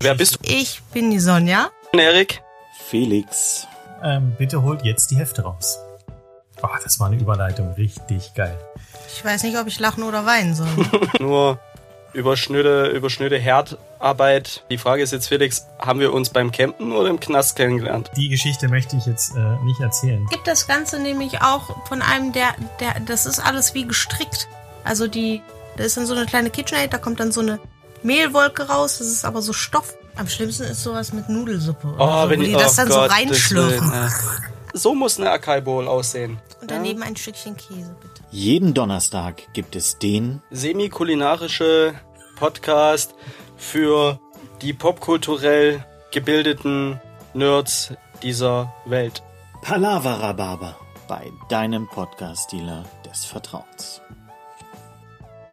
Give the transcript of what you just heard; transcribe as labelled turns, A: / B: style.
A: Wer bist du?
B: Ich bin die Sonja.
A: Erik?
C: Felix.
D: Ähm, bitte holt jetzt die Hefte raus. Oh, das war eine Überleitung. Richtig geil.
B: Ich weiß nicht, ob ich lachen oder weinen soll.
A: Nur über schnöde, über schnöde Herdarbeit. Die Frage ist jetzt, Felix, haben wir uns beim Campen oder im Knast kennengelernt?
D: Die Geschichte möchte ich jetzt äh, nicht erzählen.
B: Gibt das Ganze nämlich auch von einem, der, der, das ist alles wie gestrickt. Also die, da ist dann so eine kleine KitchenAid, da kommt dann so eine Mehlwolke raus, das ist aber so Stoff. Am schlimmsten ist sowas mit Nudelsuppe.
A: Oh,
B: oder so, wo die das dann so reinschlürfen.
A: So muss eine Acai Bowl aussehen.
B: Und daneben ein Stückchen Käse, bitte.
C: Jeden Donnerstag gibt es den
A: Semi-kulinarische Podcast für die popkulturell gebildeten Nerds dieser Welt.
C: Palavra Rhabarber bei deinem Podcast-Dealer des Vertrauens.